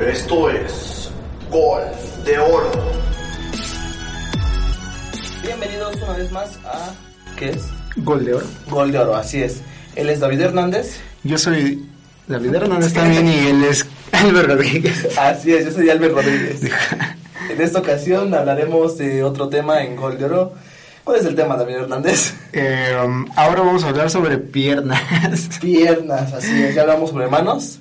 Esto es Golf de Oro. Bienvenidos una vez más a... ¿Qué es? Gol de oro. Gol de Oro, así es. Él es David Hernández. Yo soy David Hernández también y él es Álvaro Rodríguez. Así es, yo soy Albert Rodríguez. En esta ocasión hablaremos de otro tema en Gol de Oro. ¿Cuál es el tema, David Hernández? Eh, um, ahora vamos a hablar sobre piernas. Piernas, así es. Ya hablamos sobre manos,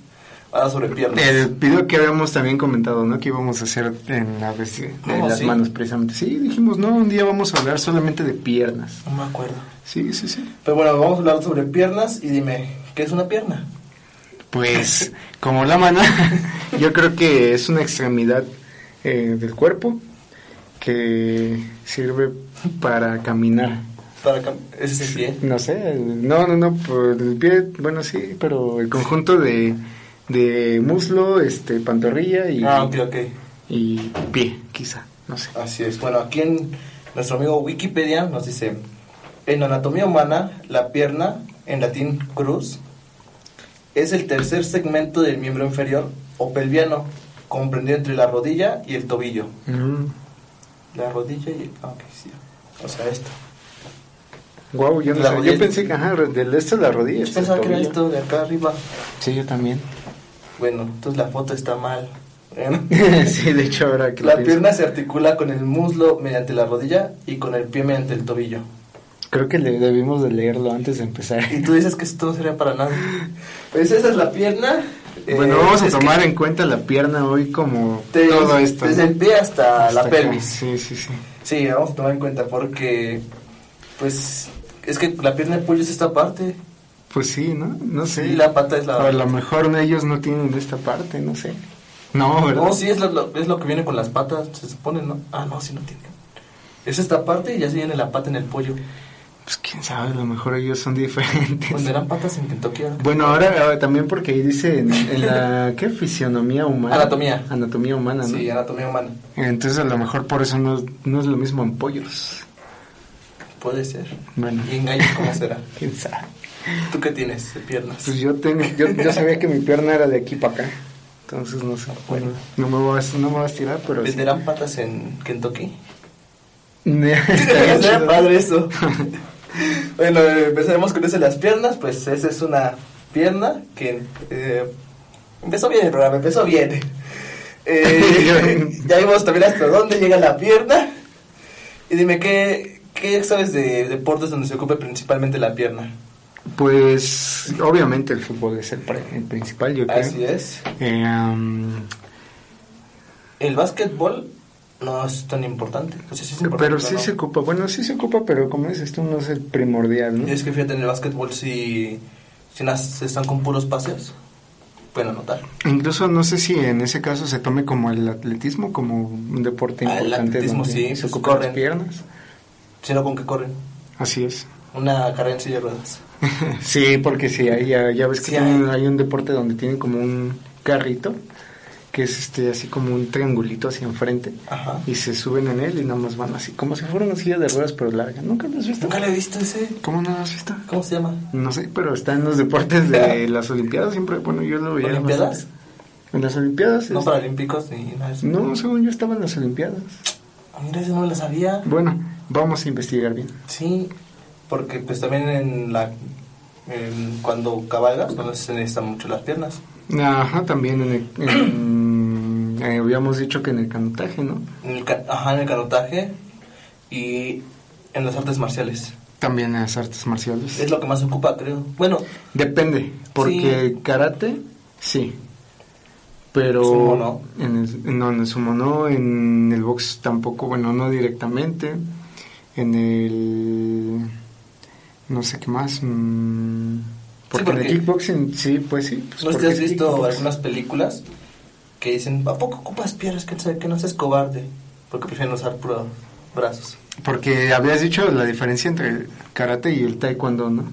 ahora sobre piernas. El video que habíamos también comentado, ¿no? Que íbamos a hacer en la vez de Oh, las sí. manos precisamente. Sí, dijimos, no, un día vamos a hablar solamente de piernas. No me acuerdo. Sí, sí, sí. Pero bueno, vamos a hablar sobre piernas y dime, ¿qué es una pierna? Pues, como la mano, yo creo que es una extremidad eh, del cuerpo que sirve para caminar. Para cam- ese es el pie. No sé, no, no, no, por el pie, bueno, sí, pero el conjunto de, de muslo, este, pantorrilla y, Ah, ok, ok. y pie, quizá, no sé. Así es. Bueno, aquí en nuestro amigo Wikipedia nos dice, en anatomía humana, la pierna, en latín cruz, es el tercer segmento del miembro inferior o pelviano, comprendido entre la rodilla y el tobillo. Mm. La rodilla y el... ah, ok, sí. O sea, esto. Wow, yo no La sé, rodilla. yo pensé que, ajá, del este de la rodilla. Yo este pensaba que era tobillo. esto de acá arriba. Sí, yo también. Bueno, entonces la foto está mal. Bueno. sí, de hecho, ahora que lo La pienso, pierna se articula con el muslo mediante la rodilla y con el pie mediante el tobillo. Creo que le debimos de leerlo antes de empezar. Y tú dices que esto no sería para nada. Pues esa es la pierna. eh, bueno, vamos a es que tomar en cuenta la pierna hoy como te- todo esto. Desde ¿no? el pie hasta, Hasta la acá. pelvis. Sí, sí, sí. Sí, vamos a tomar en cuenta porque, pues, es que la pierna de pollo es esta parte. Pues sí, ¿no? No sé. Y la pata es la... A lo mejor ellos no tienen esta parte, no sé. No, ¿verdad? No, sí, es lo, lo- es lo que viene con las patas, se supone, ¿no? Ah, no, sí, no tiene. Es esta parte y ya se viene la pata en el pollo. Pues quién sabe, a lo mejor ellos son diferentes. Pues eran patas en Kentucky. ahora. Bueno, ahora eh, también porque ahí dice en, en la ¿qué? fisionomía humana. Anatomía. Anatomía humana, ¿no? Sí, anatomía humana. Entonces a lo mejor por eso no, no es lo mismo en pollos. Puede ser. Bueno. Y engaños, ¿cómo será? Quién sabe. ¿Tú qué tienes de piernas? Pues yo tengo, yo, yo sabía que mi pierna era de aquí para acá. Entonces no Ah, sé. Bueno, no me vas, no me vas a tirar, pero sí. ¿Venderán patas en Kentucky? Estaría Estaría chido. padre eso. bueno, eh, empezaremos con eso de las piernas. Pues esa es una pierna que eh, empezó bien el programa, empezó bien. Eh, ya vimos también hasta dónde llega la pierna. Y dime, ¿qué, qué sabes de deportes donde se ocupe principalmente la pierna? Pues obviamente el fútbol es el, pre- el principal, yo creo. Así es. Eh, am, El básquetbol no es tan importante. O sea, sí es importante, pero sí no. se ocupa, bueno, sí se ocupa, pero como dices tú, no es el primordial, ¿no? Y es que fíjate, en el básquetbol si, si nas- están con puros pases, pueden anotar. Incluso no sé si en ese caso se tome como el atletismo, como un deporte Ah, el importante atletismo, donde sí, se pues, ocupan las corren. piernas. Si no, ¿con qué corren? Así es. Una carrera en silla de ruedas. sí, porque sí, ahí ya, ya ves que Sí, tienen- hay un deporte donde tienen como un carrito, que es este así como un triangulito hacia enfrente, Ajá. y se suben en él y nada más van así, como si fuera una silla de ruedas pero larga. ¿Nunca lo has visto? Nunca le he visto ese. ¿Cómo no lo has visto? ¿Cómo se llama? No sé, pero está en los deportes de las Olimpiadas siempre. Bueno, yo lo veía. ¿Olimpiadas? bastante. En las Olimpiadas. No este, paralímpicos ni nada de eso. no, según yo estaba en las Olimpiadas. Mira, eso no lo sabía. Bueno, vamos a investigar bien. Sí, porque pues también en la... en- cuando cabalgas, pues, no se necesitan mucho las piernas. Ajá, también en el- en- eh, habíamos dicho que en el canotaje, ¿no? En el, ca- ajá, en el canotaje y en las artes marciales. También en las artes marciales. Es lo que más se ocupa, creo. Bueno, Depende, porque Sí. karate, sí. Pero Sumo no. en el, no, en el sumo no, en el box tampoco, bueno, no directamente. En el no sé qué más. mm, porque, en porque- el kickboxing, sí, pues sí. Pues ¿No te porque has es visto kickbox. algunas películas que dicen, ¿a poco ocupas piernas? Que, sabe que no seas cobarde. Porque prefieren usar puro brazos. Porque habías dicho la diferencia entre el karate y el taekwondo, ¿no?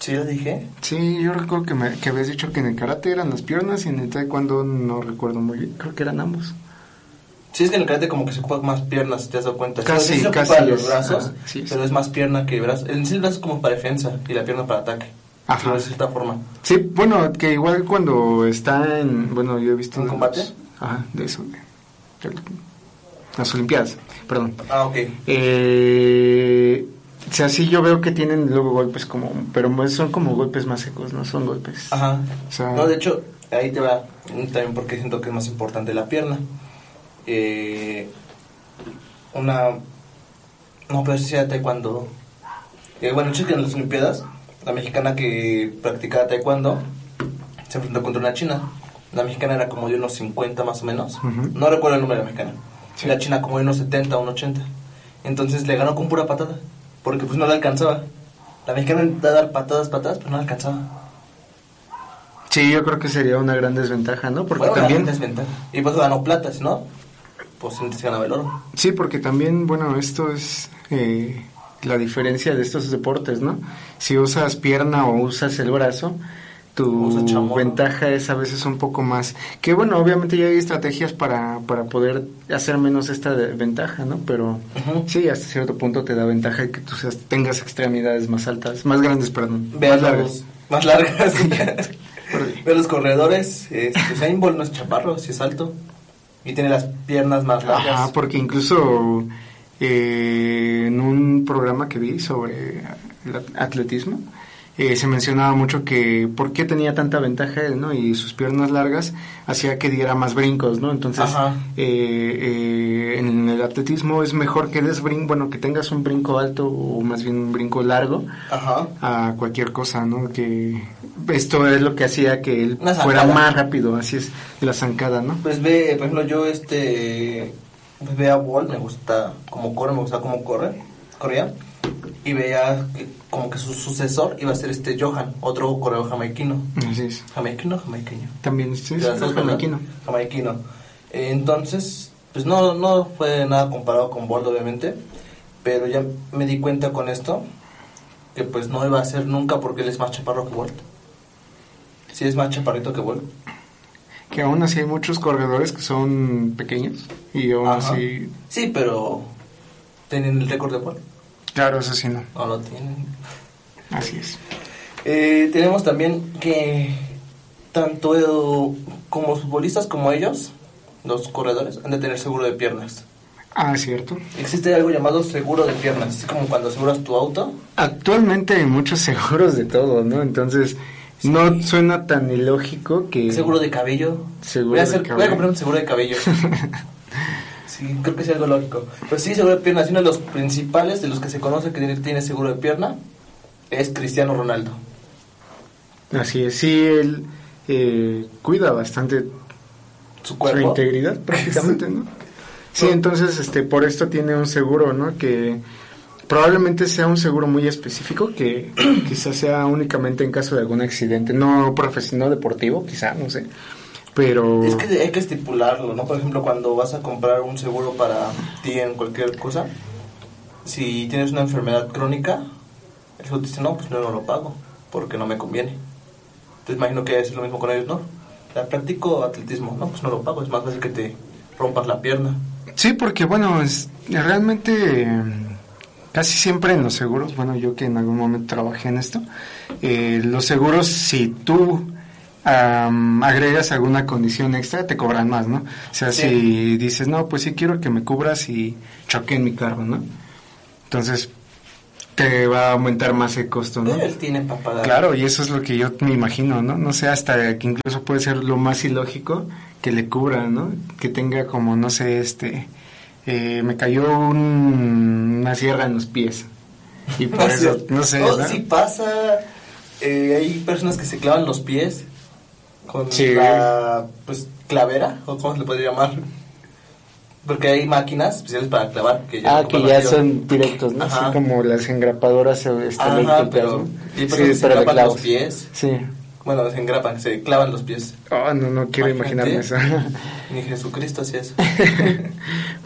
¿Sí lo dije? Sí, yo recuerdo que, me, que habías dicho que en el karate eran las piernas y en el taekwondo no recuerdo muy bien, creo que eran ambos. Sí, es que en el karate como que se ocupan más piernas, te has dado cuenta. Casi, Sí, se ocupa casi los es, brazos, ah, sí es. pero es más pierna que brazo. En sí el brazo es como para defensa y la pierna para ataque. Ajá. de cierta forma. Sí, bueno, que igual cuando está en. Bueno, yo he visto. ¿En unos- combate? Ajá, de eso. de- de- las Olimpiadas, perdón. Ah, ok. Eh, o sea, sí, yo veo que tienen luego golpes como. Pero mu- son como golpes más secos, no son golpes. Ajá. O sea- No, de hecho, ahí te va mm, también porque siento que es más importante la pierna. Eh, una... No, pero sí sea taekwondo. Eh, bueno, hecho es que en las Olimpiadas, la mexicana que practicaba taekwondo se enfrentó contra una china. La mexicana era como de unos 50 más o menos. Ujú. No recuerdo el número de la mexicana. Sí. La china como de unos 70, unos 80. Entonces le ganó con pura patada. Porque pues no la alcanzaba. La mexicana intentaba dar patadas, patadas, pero no la alcanzaba. Sí, yo creo que sería una gran desventaja, ¿no? Porque Fue una también. desventaja. Y pues ganó platas, ¿no? Pues antes ganaba el oro. Sí, porque también, bueno, esto es eh, la diferencia de estos deportes, ¿no? Si usas pierna o usas el brazo, tu Usa chamorro. ventaja es a veces un poco más. Que bueno, obviamente ya hay estrategias para, para poder hacer menos esta de- ventaja, ¿no? Pero Ujú. sí, hasta cierto punto te da ventaja que tú seas- tengas extremidades más altas, más grandes, perdón. Vean más largas. los más largas. Perdí. Ve los corredores. Este, Usain Bolt no es chaparro, sí es alto. Y tiene las piernas más largas. Ajá, porque incluso eh, en un programa que vi sobre el at- atletismo, eh, se mencionaba mucho que por qué tenía tanta ventaja él, ¿no? Y sus piernas largas hacía que diera más brincos, ¿no? Entonces, Ajá. eh, eh, en el atletismo es mejor que des brin- bueno, que tengas un brinco alto o más bien un brinco largo Ajá. a cualquier cosa, ¿no? Que esto es lo que hacía que él Una fuera zancada. más rápido, así es, la zancada, ¿no? Pues ve, por ejemplo, yo este. pues ve a Bolt, me gusta cómo corre, me gusta cómo corre. Corría. Y veía que como que su sucesor iba a ser este Johan, otro corredor jamaiquino. Así es. Jamaiquino, jamaiqueño. También sí, De sí, las dos, ¿verdad? jamaiquino. Jamaiquino. Eh, entonces, pues no, no fue nada comparado con Bolt, obviamente. Pero ya me di cuenta con esto que pues no iba a ser nunca porque él es más chaparro que Bolt. Sí, es más chaparrito que Bolt. Que aún así hay muchos corredores que son pequeños y aún Ajá. así... Sí, pero tienen el récord de Bolt. Claro, eso sí no. No lo tienen. Así es. Eh, tenemos también que tanto eh, como los futbolistas como ellos, los corredores, han de tener seguro de piernas. Ah, cierto. Existe algo llamado seguro de piernas, así como cuando aseguras tu auto. Actualmente hay muchos seguros de todo, ¿no? Entonces, no suena tan ilógico que... Seguro de cabello. Seguro voy, a de hacer- cabello. voy a comprar un seguro de cabello. sí, creo que es algo lógico. Pero sí, seguro de piernas. Y uno de los principales de los que se conoce que tiene- tiene seguro de pierna es Cristiano Ronaldo. Así es, sí, él eh, cuida bastante Su su cuerpo. integridad prácticamente, ¿no? Sí, No. entonces, este, por esto tiene un seguro, ¿no? Que probablemente sea un seguro muy específico que quizás sea únicamente en caso de algún accidente, no profesional deportivo, quizá, no sé. Pero Es que hay que estipularlo, ¿no? Por ejemplo, cuando vas a comprar un seguro para ti en cualquier cosa, si tienes una enfermedad crónica, el seguro te dice, no, pues no, no lo pago, porque no me conviene. Entonces imagino que es lo mismo con ellos, ¿no? La practico atletismo, no, pues no lo pago, es más fácil que te rompas la pierna. sí, porque bueno, es, realmente eh, casi siempre en los seguros, bueno, yo que en algún momento trabajé en esto, eh, los seguros si tú am, agregas alguna condición extra te cobran más, ¿no? O sea, Sí. si dices, no, pues sí quiero que me cubras y choque en mi carro, ¿no? Entonces te va a aumentar más el costo, ¿no? Pero él tiene para pagar. Claro, y eso es lo que yo me imagino, ¿no? No sé, hasta que incluso puede ser lo más ilógico que le cubra, ¿no? Que tenga como, no sé, este... eh, me cayó un- una sierra en los pies. Y por eso, no sé, No, ¿no? Ah, Oh, sí pasa. eh, hay personas que se clavan los pies con Sí. la pues, clavera, o cómo se le podría llamar. Porque hay máquinas especiales para clavar. Que ya Ah, ocupan que la ya tierra. son directos, ¿no? Ajá. Así como las engrapadoras eh, este, Ajá, eléctricas, pero- ¿no? y por eso se de engrapan los clavos. pies. Sí. Bueno, se engrapan, se clavan los pies. Oh, no, no quiero Imagínate. imaginarme eso. Ni Jesucristo hacía eso.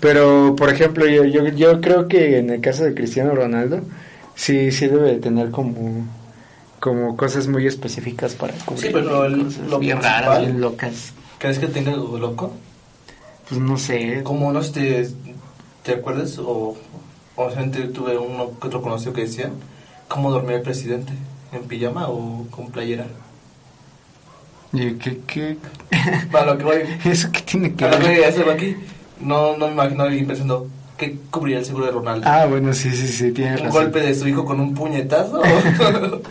Pero, por ejemplo, yo, yo, yo creo que en el caso de Cristiano Ronaldo, sí, sí debe de tener como, como cosas muy específicas para cubrir. pero el- cosas lo ¿eh? bien principal- raras, bien locas. ¿Crees que tenga algo loco? Pues no sé. Como no sé, te, te acuerdas, o obviamente tuve uno que otro conocido que decía, ¿cómo dormía el presidente? ¿En pijama o con playera? ¿Y qué, qué? Para lo que voy. ¿Eso qué tiene que A lo que voy ver? a hacerlo aquí. No, no me imagino a alguien pensando, ¿qué cubriría el seguro de Ronaldo? Ah, bueno, sí, sí, sí, tienes ¿Un razón. golpe de su hijo con un puñetazo? o-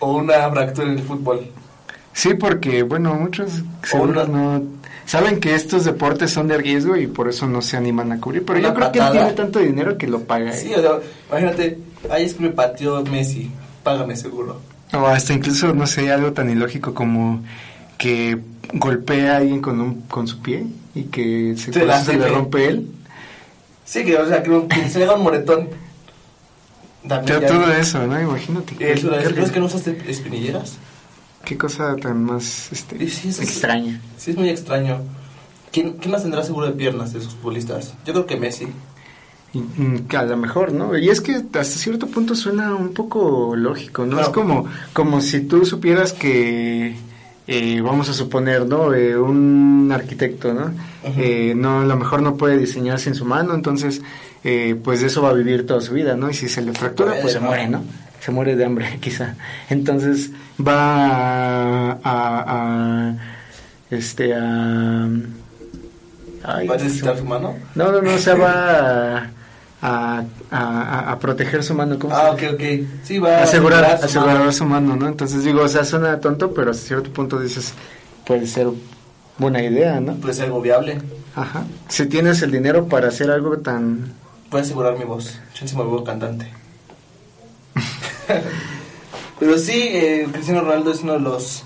¿O una fractura en el fútbol? Sí, porque, bueno, muchos seguro Hola. no... Saben que estos deportes son de riesgo y por eso no se animan a cubrir. Pero yo Una creo que él patada. tiene tanto dinero que lo paga. Sí, o sea, imagínate, ahí es que me pateó Messi, págame seguro. O hasta incluso, no sé, algo tan ilógico como que golpea a alguien con, un, con su pie y que se, Se la se le rompe. rompe él. Sí, que, o sea, que, que se le haga un moretón. Dame Todo- ya. todo eso, ¿no? Imagínate. Y eso, Qué- ¿Crees que no usaste espinilleras? Qué cosa tan más este, Y sí, eso es- extraña. Sí, es muy extraño. ¿Quién, ¿Quién las tendrá seguro de piernas de sus futbolistas? Yo creo que Messi. Y, mm, que a lo mejor, ¿no? Y es que hasta cierto punto suena un poco lógico, ¿no? Claro. Es como, como si tú supieras que, eh, vamos a suponer, ¿no? Eh, un arquitecto, ¿no? Ajá. Eh, no, a lo mejor no puede diseñar sin su mano, entonces, eh, pues de eso va a vivir toda su vida, ¿no? Y si se le fractura, Puede, pues se ¿no? muere, ¿no? Se muere de hambre, quizá. Entonces, va a... a- a- este, a... ay, ¿Va a se necesitar me- su mano? no, no, no, o sea, va a, a, a- a proteger su mano, ¿cómo se Ah, dice? ok, ok. Sí, va a Asegurar, su asegurar mano. su mano, ¿no? Entonces digo, o sea, suena tonto, pero hasta cierto punto dices, puede ser buena idea, ¿no? Puede ser algo viable. Ajá. Si tienes el dinero para hacer algo tan... Puede asegurar mi voz. Yo me vuelvo cantante. Pero sí, eh, Cristiano Ronaldo es uno de los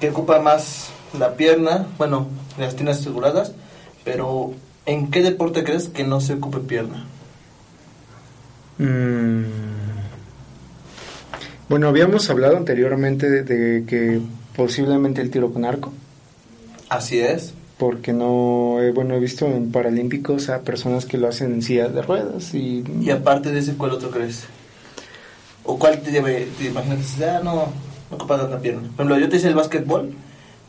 que ocupa más la pierna. Bueno, las tiene aseguradas. Pero, ¿en qué deporte crees que no se ocupe pierna? mm, Bueno, habíamos hablado anteriormente de, de que posiblemente el tiro con arco, Así es. porque no, eh, bueno, he visto en Paralímpicos a personas que lo hacen en sillas de ruedas y... Y aparte de ese, ¿cuál otro crees? ¿O cuál te, debe- te imaginas que dices, ah, no, no ocupa tanta pierna? Por ejemplo, yo te hice el básquetbol,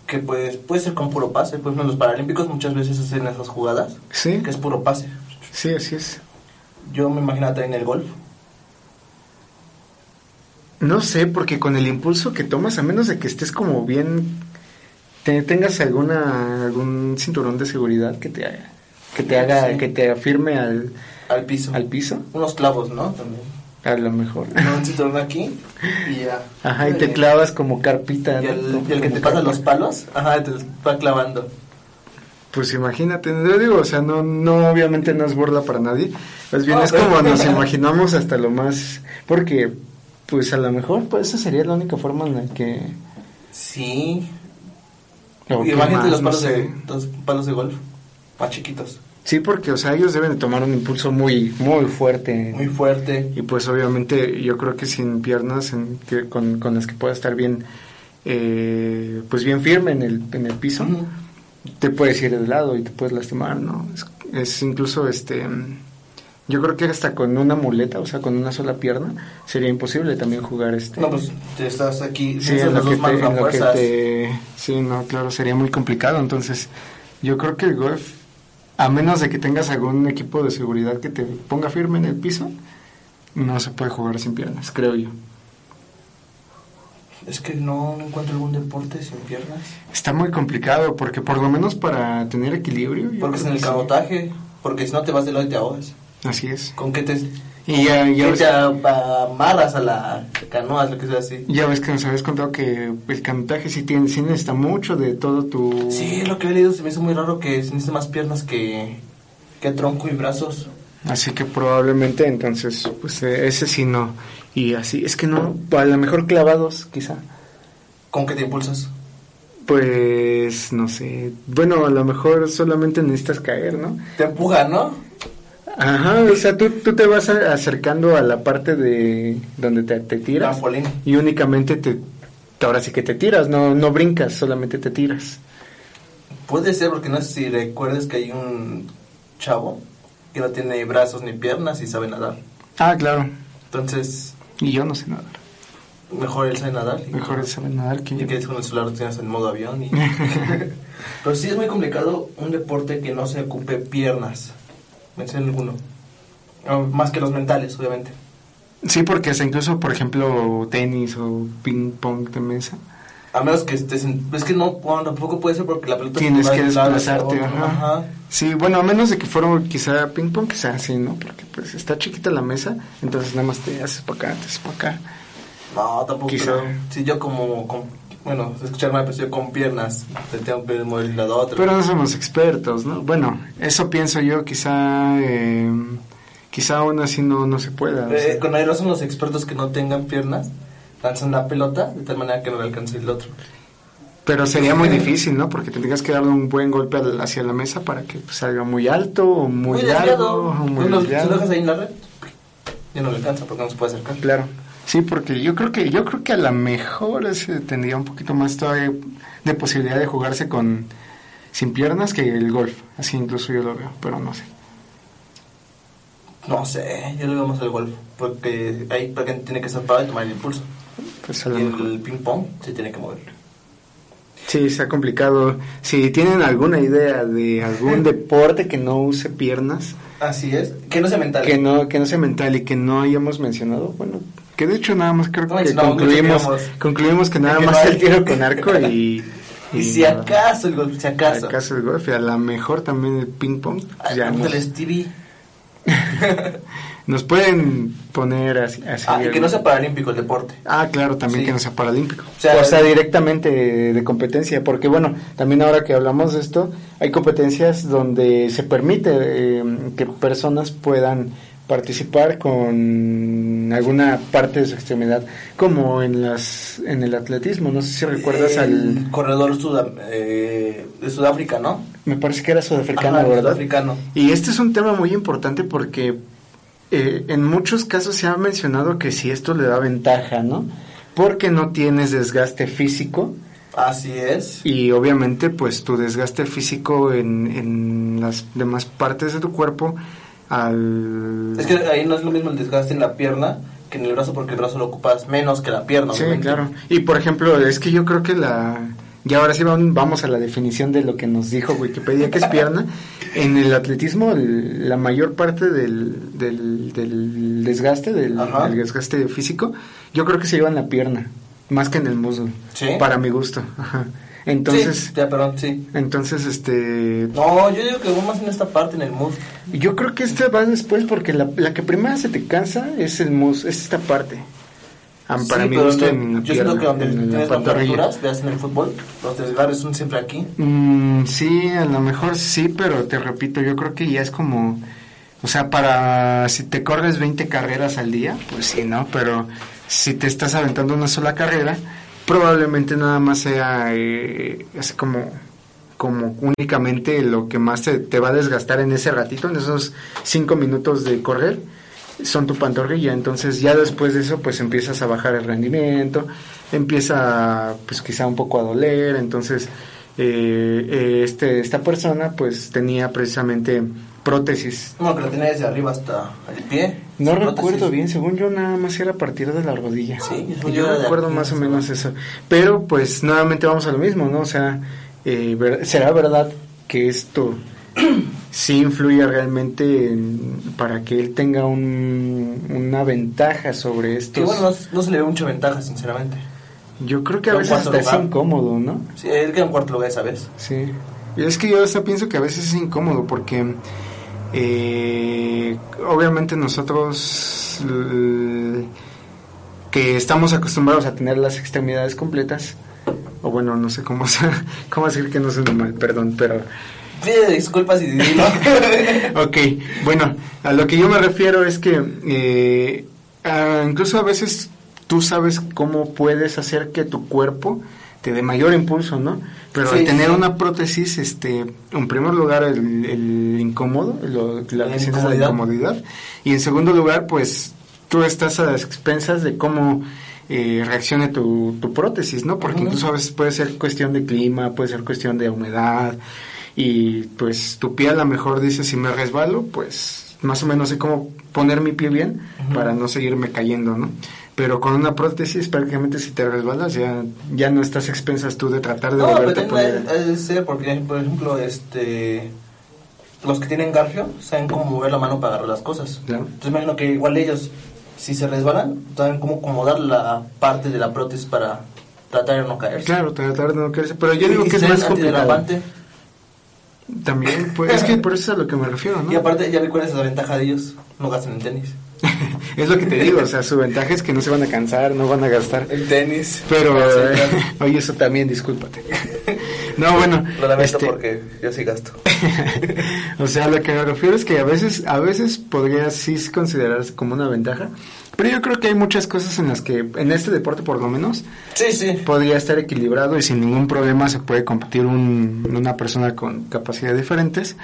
que pues puede ser con puro pase. Por ejemplo, en los Paralímpicos muchas veces hacen esas jugadas, Sí, que es puro pase. sí, así es. Yo me imaginaba también el golf. No sé, porque con el impulso que tomas, a menos de que estés como bien, te- tengas alguna algún cinturón de seguridad que te haga, que te haga, Sí. que te afirme al, Al piso. al piso, Unos clavos, ¿no? También. a lo mejor. No, un cinturón aquí y ya. Ajá, y te Eh, clavas como carpita. Y ¿no? el, Como- y el que como te pasa carpa. los palos, ajá, te los va clavando. Pues imagínate, yo digo, o sea, no, no, obviamente no es burla para nadie, más bien No, es pero- como nos imaginamos hasta lo más, porque, pues a lo mejor, pues esa sería la única forma en la que... Sí. o y Oh, qué imagínate más, los no palos, sé. de, los palos de golf, más chiquitos. Sí, porque, o sea, ellos deben de tomar un impulso muy, muy fuerte. Muy fuerte. Y pues obviamente yo creo que sin piernas en que- con, con las que pueda estar bien, eh, pues bien firme en el, en el piso, Ujú. te puedes ir de lado y te puedes lastimar, ¿no? Es, es incluso, este, mm, yo creo que hasta con una muleta, o sea, con una sola pierna, sería imposible también jugar este. No, pues te estás aquí. Sí, tienes en las dos lo, que te, manos a en lo que fuerzas. te- Sí, no, claro, sería muy complicado. Entonces, yo creo que el golf, a menos de que tengas algún equipo de seguridad que te ponga firme en el piso, no se puede jugar sin piernas, creo yo. Es que no, no encuentro algún deporte sin piernas. Está muy complicado porque por lo menos para tener equilibrio... yo Porque es creo en el que pues, sí. cabotaje. Porque si no te vas de lado y te ahogas. Así es. ¿Con qué te, Y ya, ya qué ves, te a- amarras a la canoa, lo que sea así? ya ves que nos habías contado que el canotaje sí, tiene, sí necesita mucho de todo tu... Sí, lo que he leído se me hizo muy raro que se necesitan más piernas que, que tronco y brazos. Así que probablemente entonces, pues eh, ese sí no. Y así, es que no, a lo mejor clavados, quizá. ¿Con qué te impulsas? Pues no sé. Bueno, a lo mejor solamente necesitas caer, ¿no? Te empujan, ¿no? Ajá, o sea, tú, tú te vas a- acercando a la parte de donde te, te tiras. Trampolín. Y únicamente te. Ahora sí que te tiras, no, no brincas, solamente te tiras. Puede ser, porque no sé si recuerdes que hay un chavo que no tiene brazos ni piernas y sabe nadar. Ah, claro. Entonces, Y yo no sé nadar. mejor él sabe nadar. y- Mejor saber nadar que Y yo. que con el celular lo tienes en modo avión. y- Pero sí es muy complicado un deporte que no se ocupe piernas. Mencioné alguno. Ah, Más que los mentales, obviamente. Sí, porque hasta incluso, por ejemplo, tenis o ping pong de mesa. A menos que estés en... Es que no, bueno, tampoco puede ser porque la pelota... Tienes va que del lado hacia desplazarte, otro, ajá. ajá. Sí, bueno, a menos de que fuera quizá ping pong, quizá así, ¿no? Porque pues está chiquita la mesa, entonces nada más te haces para acá, te haces para acá. No, tampoco Quizá. creo. Sí, yo como... con- bueno, se escucha mal, pero yo con piernas. Te tengo que mover de un lado a otro. Pero no somos expertos, ¿no? Bueno, eso pienso yo, quizá, eh, quizá aún así no, no se pueda. o Eh, sea. con aire son los expertos que no tengan piernas. Lanzan la pelota de tal manera que no la alcance el otro. Pero sería muy difícil, ¿no? Porque tendrías que darle un buen golpe al- hacia la mesa para que pues, salga muy alto o muy, largo o Tú lo- muy tú lo desviado. dejas ahí en la red. Ya no le alcanza porque no se puede acercar. Claro. Sí, porque yo creo que yo creo que a lo mejor ese tendría un poquito más todavía de posibilidad de jugarse con sin piernas que el golf. Así incluso yo lo veo, pero no sé. No sé, yo le veo más al golf. Porque ahí para que tiene que estar parado y tomar el impulso. Pues a Y lo mejor. el ping-pong se tiene que mover. Sí, está complicado. Si tienen alguna idea de algún deporte que no use piernas, Así es. Que no sea mental. que no que no sea mental y que no hayamos mencionado, bueno, que de hecho nada más creo No que mencionamos, concluimos creo que concluimos que nada que no más hay. el tiro con arco y Y si nada. acaso el golf, si acaso. acaso el golf, y a lo mejor también el ping pong. Ay, ya nos, pregúntale a Stevie. nos pueden poner así. así Ah, y que algo. no sea paralímpico el deporte. Ah, claro, también Sí. que no sea paralímpico. O O sea, sea, directamente de competencia, porque bueno, también ahora que hablamos de esto, hay competencias donde se permite eh, que personas puedan participar con alguna parte de su extremidad, como en las en el atletismo, no sé si recuerdas El al corredor sudam- eh, de Sudáfrica, ¿no? me parece que era sudafricano, Ajá, ¿verdad? Sudafricano. Y este es un tema muy importante porque eh, en muchos casos se ha mencionado que si esto le da ventaja, ¿no? Porque no tienes desgaste físico Así es. y obviamente pues tu desgaste físico en, en las demás partes de tu cuerpo al... Es que ahí no es lo mismo el desgaste en la pierna que en el brazo porque el brazo lo ocupas menos que la pierna. Sí, obviamente. claro. Y por ejemplo, es que yo creo que la... Y ahora sí vam- vamos a la definición de lo que nos dijo Wikipedia, que es pierna. En el atletismo, el- la mayor parte del, del, del desgaste, del, Ajá. del desgaste físico, yo creo que se lleva en la pierna, más que en el muslo, ¿Sí? para mi gusto. Ajá. Entonces, Sí, ya, perdón, sí. entonces, este, No, yo digo que voy más en esta parte, en el muslo. yo creo que esta va después porque la, la que primero se te cansa es el mus, es esta parte. Ah, Sí, para mi pero gusto no, en la yo pierna, siento que donde en la tienes las pantorrilla. fracturas, veas en el fútbol, los desgarres son siempre aquí. Mm, sí, a lo mejor sí, pero te repito, yo creo que ya es como, o sea, para si te corres 20 carreras al día, pues sí, ¿no? Pero si te estás aventando una sola carrera, probablemente nada más sea eh, así como como únicamente lo que más te, te va a desgastar en ese ratito, en esos cinco minutos de correr, son tu pantorrilla. Entonces ya después de eso, pues empiezas a bajar el rendimiento, empieza pues quizá un poco a doler. Entonces eh, eh, este, esta persona pues tenía precisamente prótesis. Bueno, que lo tenía desde arriba hasta el pie. No Sin recuerdo prótesis. bien, según yo nada más era a partir de la rodilla. Sí, yo, según yo era de recuerdo aquí, más o hasta menos eso. Pero pues nuevamente vamos a lo mismo, ¿no? O sea, eh, ver- ¿será verdad que esto sí influye realmente en- para que él tenga un- una ventaja sobre Que estos? bueno, no, no se le ve mucha ventaja, sinceramente. yo creo que a en veces cuarto hasta es lugar. incómodo, ¿no? Sí, él queda en cuarto lugar esa vez. Sí. Y es que yo hasta pienso que a veces es incómodo porque eh, obviamente nosotros l- que estamos acostumbrados a tener las extremidades completas, o bueno, no sé cómo, sa- cómo decir que no suena mal, perdón, pero... Pide disculpas y dilo. Ok, bueno, a lo que yo me refiero es que eh, ah, incluso a veces tú sabes cómo puedes hacer que tu cuerpo te dé mayor impulso, ¿no? Pero al Sí, tener sí. una prótesis, este, en primer lugar el, el incómodo, lo- la, La que sientes la incomodidad. incomodidad, y en segundo lugar, pues tú estás a las expensas de cómo eh, reaccione tu, tu prótesis, ¿no? Porque Ujú. incluso a veces puede ser cuestión de clima, puede ser cuestión de humedad, y pues tu pie a lo mejor dice si me resbalo, pues más o menos sé cómo poner mi pie bien Ujú. para no seguirme cayendo, ¿no? Pero con una prótesis prácticamente si te resbalas ya, ya no estás expensas tú de tratar de No, pero volverte a también ha poner. de- ha de ser porque, por ejemplo, este, los que tienen garfio saben cómo mover la mano para agarrar las cosas. Claro. Entonces, imagino que igual ellos si se resbalan, saben cómo acomodar la parte de la prótesis para tratar de no caerse. Claro, tratar de no caerse, pero yo digo Y que es ser más complicado. antiderrapante. También, pues, es que por eso es a lo que me refiero, Y ¿no? aparte, ya vi cuál es la ventaja de ellos, no gastan en tenis. es lo que te digo, o sea, su ventaja es que no se van a cansar, no van a gastar. El tenis. Pero, Sí, claro. eh, oye, eso también, discúlpate. No, bueno. Lo lamento este, porque yo sí gasto. o sea, lo que me refiero es que a veces, a veces podría sí considerarse como una ventaja, pero yo creo que hay muchas cosas en las que, en este deporte por lo menos, Sí, sí. podría estar equilibrado y sin ningún problema se puede competir un- una persona con capacidades diferentes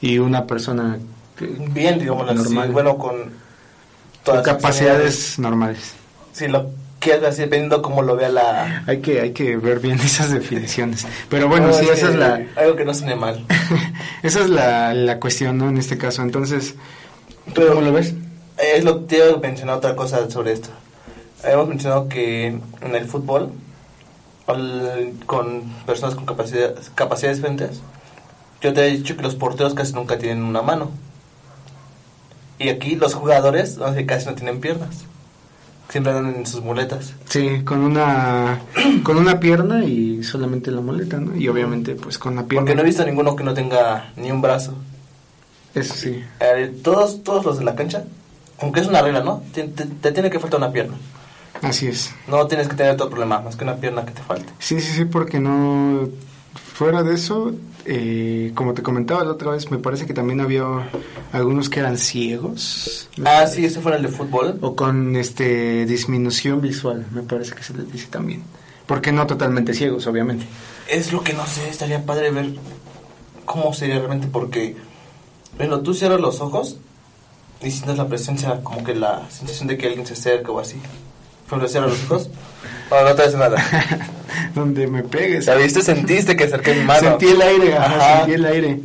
y una persona que- Bien, digamos así. Normal. Bueno, con con sus capacidades habilidades. normales. Sí, lo que es así, dependiendo cómo lo vea la. Hay que, hay que ver bien esas definiciones. Pero bueno, No, sí, esa que es la, Algo que no suene mal. esa es la, la cuestión, ¿no? En este caso, entonces, Pero- ¿cómo lo ves? Es lo que te iba a mencionar otra cosa sobre esto. Hemos mencionado que en el fútbol, al- con personas con capacidad- capacidades diferentes, yo te he dicho que los porteros casi nunca tienen una mano. Y aquí los jugadores no sé, casi no tienen piernas. Siempre andan en sus muletas. Sí, con una, con una pierna y solamente la muleta, ¿no? Y obviamente, pues con la pierna. Porque no he visto a ninguno que no tenga ni un brazo. Eso sí. Eh, todos, todos los de la cancha, aunque es una regla, ¿no? Te, te- te tiene que faltar una pierna. Así es. No tienes que tener otro problema, más que una pierna que te falte. Sí, sí, sí, porque no. Fuera de eso, eh, como te comentaba la otra vez, me parece que también había algunos que eran ciegos. me Ah, parece. sí, ese fue en el de fútbol. O con este disminución visual, me parece que se les dice también. Porque no totalmente ciegos, obviamente. Es lo que no sé, estaría padre ver cómo sería realmente, porque, bueno, tú cierras los ojos y sientes la presencia, como que la sensación de que alguien se acerca o así. Pero lo cierras los ojos, no, no te hace nada. Donde me pegues. ¿Sabiste? Sentiste que acerqué mi mano. Sentí el aire, ajá, Ajá. sentí el aire.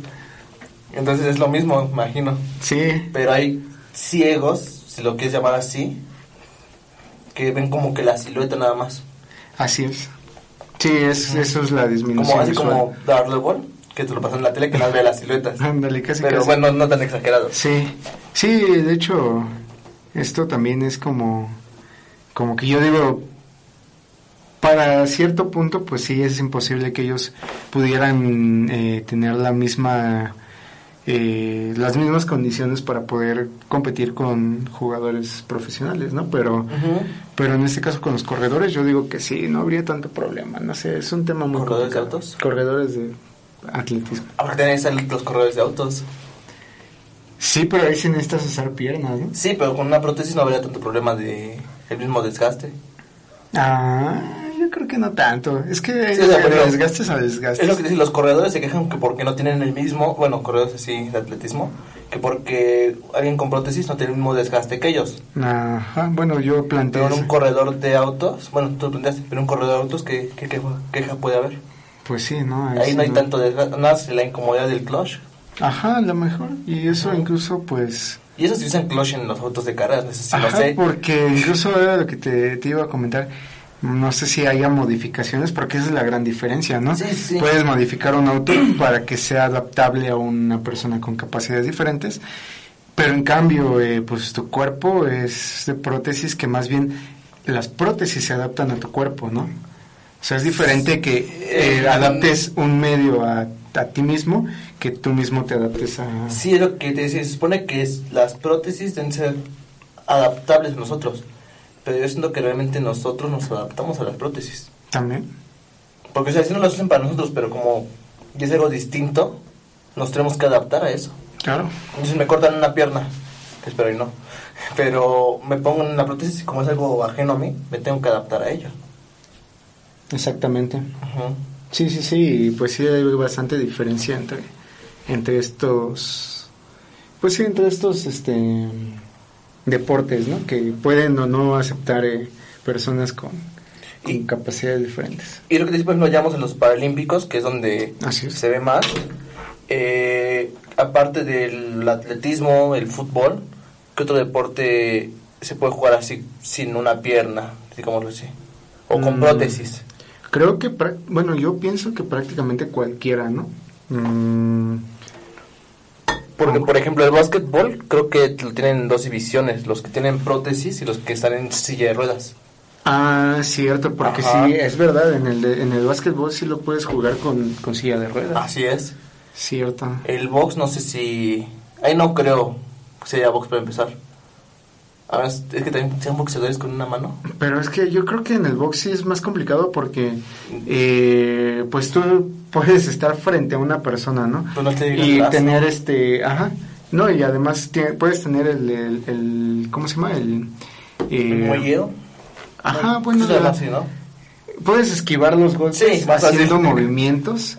Entonces es lo mismo, imagino. Sí, Pero hay ciegos, si lo quieres llamar así, que ven como que la silueta nada más. así es. Sí, es, eso es la disminución Como, así visual. como Darle Ball, que te lo pasan en la tele, que no ve las siluetas. Ándale, casi Pero casi. bueno, no tan exagerado. Sí, sí, de hecho, esto también es como, como que yo digo, para cierto punto, pues sí, es imposible que ellos pudieran eh, tener la misma, eh, las mismas condiciones para poder competir con jugadores profesionales, ¿no? Pero, Ujú. pero en este caso con los corredores, yo digo que sí, no habría tanto problema, no sé, es un tema muy ¿Corredores de complicado. autos? Corredores de atletismo. Ahora tenés el- los corredores de autos. Sí, pero ahí sí necesitas usar piernas, ¿no? Sí, pero con una prótesis no habría tanto problema de el mismo desgaste. Ah, yo creo que no tanto. Es que Sí, o sea, de pero- desgastes a desgastes. Es lo que dicen, los corredores se quejan que porque no tienen el mismo, bueno, corredores así de atletismo, que porque alguien con prótesis no tiene el mismo desgaste que ellos. Ajá, bueno, yo planteo. Pero en un eso. corredor de autos, bueno, tú planteaste, pero en un corredor de autos, ¿qué, qué queja, queja puede haber? Pues sí, ¿no? Ahí sí, no hay tanto desgaste, nada más la incomodidad del clutch. Ajá, a lo mejor. Y eso Ajá. incluso, pues. Y eso se usan clutch en los autos de carreras, no sé si lo ajá, sé. porque incluso era lo que te, te iba a comentar. No sé si haya modificaciones, porque esa es la gran diferencia, ¿no? Sí, sí. Puedes modificar un auto para que sea adaptable a una persona con capacidades diferentes, pero en cambio, eh, pues tu cuerpo es de prótesis que más bien las prótesis se adaptan a tu cuerpo, ¿no? O sea, es diferente que eh, Eh, adaptes un medio a, a ti mismo que tú mismo te adaptes a... Sí, es lo que te decía. Se supone que es- las prótesis deben ser adaptables a nosotros. Pero yo siento que realmente nosotros nos adaptamos a las prótesis. También. Porque, o sea, si no las usan para nosotros, pero como ya es algo distinto, nos tenemos que adaptar a eso. Claro. Entonces me cortan una pierna, que espero y no. Pero me pongo una prótesis y como es algo ajeno a mí, me tengo que adaptar a ello. Exactamente. Ujú. Sí, sí, sí, y pues sí hay bastante diferencia entre, entre estos, pues sí, entre estos este, deportes, ¿no? Que pueden o no aceptar eh, personas con, con Y- capacidades diferentes. Y lo que después nos llamamos en los Paralímpicos, que es donde Así es. se ve más. Eh, aparte del atletismo, el fútbol, ¿qué otro deporte se puede jugar así sin una pierna, digámoslo así? O con Mm. prótesis. Creo que, prá- bueno, yo pienso que prácticamente cualquiera, ¿no? Mm, Porque, por ejemplo, el básquetbol creo que lo tienen en dos divisiones, los que tienen prótesis y los que están en silla de ruedas. Ah, cierto, porque Ajá. sí, es verdad, en el, de- en el básquetbol sí lo puedes jugar con, con silla de ruedas. Así es. Cierto. El box no sé si... Ahí no creo que sea box para empezar. A ver, es es que también sean boxeadores con una mano. Pero es que yo creo que en el box sí es más complicado porque eh, pues tú puedes estar frente a una persona, ¿no? Tú no te y atrás. tener este, ajá, no, y además tie- puedes tener el, el, el- ¿cómo se llama? El, eh, ¿El muelleo? Ajá, bueno, Se llama la- así, ¿no? puedes esquivar los golpes Sí, más haciendo fácil. movimientos,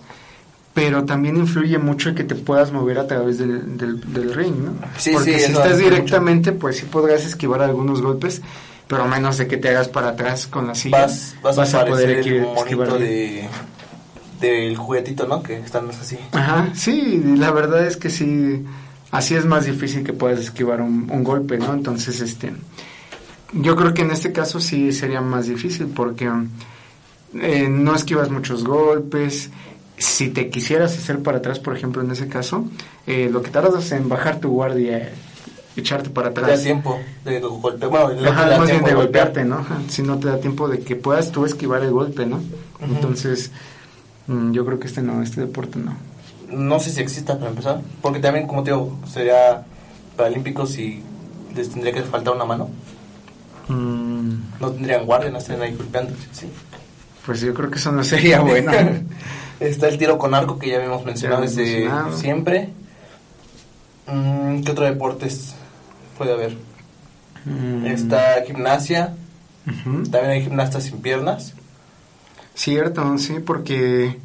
pero también influye mucho que te puedas mover a través del, del- del ring, ¿no? Sí, Porque sí, si eso estás influye directamente, pues sí podrás esquivar algunos golpes, pero a menos de que te hagas para atrás con la silla, vas, vas, a, parecer esqui- el monito esquivarlo. de, del juguetito, ¿no? Que están así. Ajá, sí, la verdad es que sí, así es más difícil que puedas esquivar un, un golpe, ¿no? Entonces, este, yo creo que en este caso sí sería más difícil porque mm, eh, no esquivas muchos golpes. Si te quisieras hacer para atrás, por ejemplo, en ese caso, eh, lo que tardas en bajar tu guardia, echarte para Te da atrás. tiempo de golpear. Bueno, no te Ajá, da más bien tiempo de golpearte, ¿no? Ajá, Si no te da tiempo de que puedas tú esquivar el golpe, ¿no? Entonces, mm, yo creo que este no, este deporte no. No sé si exista para empezar. Porque también, como te digo, sería paralímpico si les tendría que faltar una mano. Mm, No tendrían guardia, no estarían ahí golpeando. ¿sí? Pues yo creo que eso no sería bueno. Está el tiro con arco que ya habíamos mencionado habíamos desde mencionado. siempre. Mm, ¿Qué otro deportes puede haber? Mm. Está gimnasia. Ujú. También hay gimnastas sin piernas. Cierto, sí, porque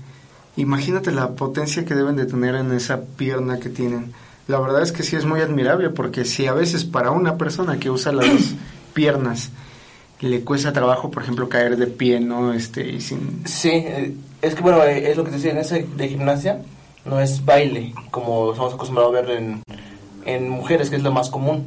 imagínate la potencia que deben de tener en esa pierna que tienen. La verdad es que sí es muy admirable, porque si a veces para una persona que usa las dos piernas le cuesta trabajo, por ejemplo, caer de pie, ¿no? Este, y sin... Sí, eh, es que bueno, eh, es lo que te decía, en ese de gimnasia no es baile, como estamos acostumbrados a ver en, en mujeres, que es lo más común.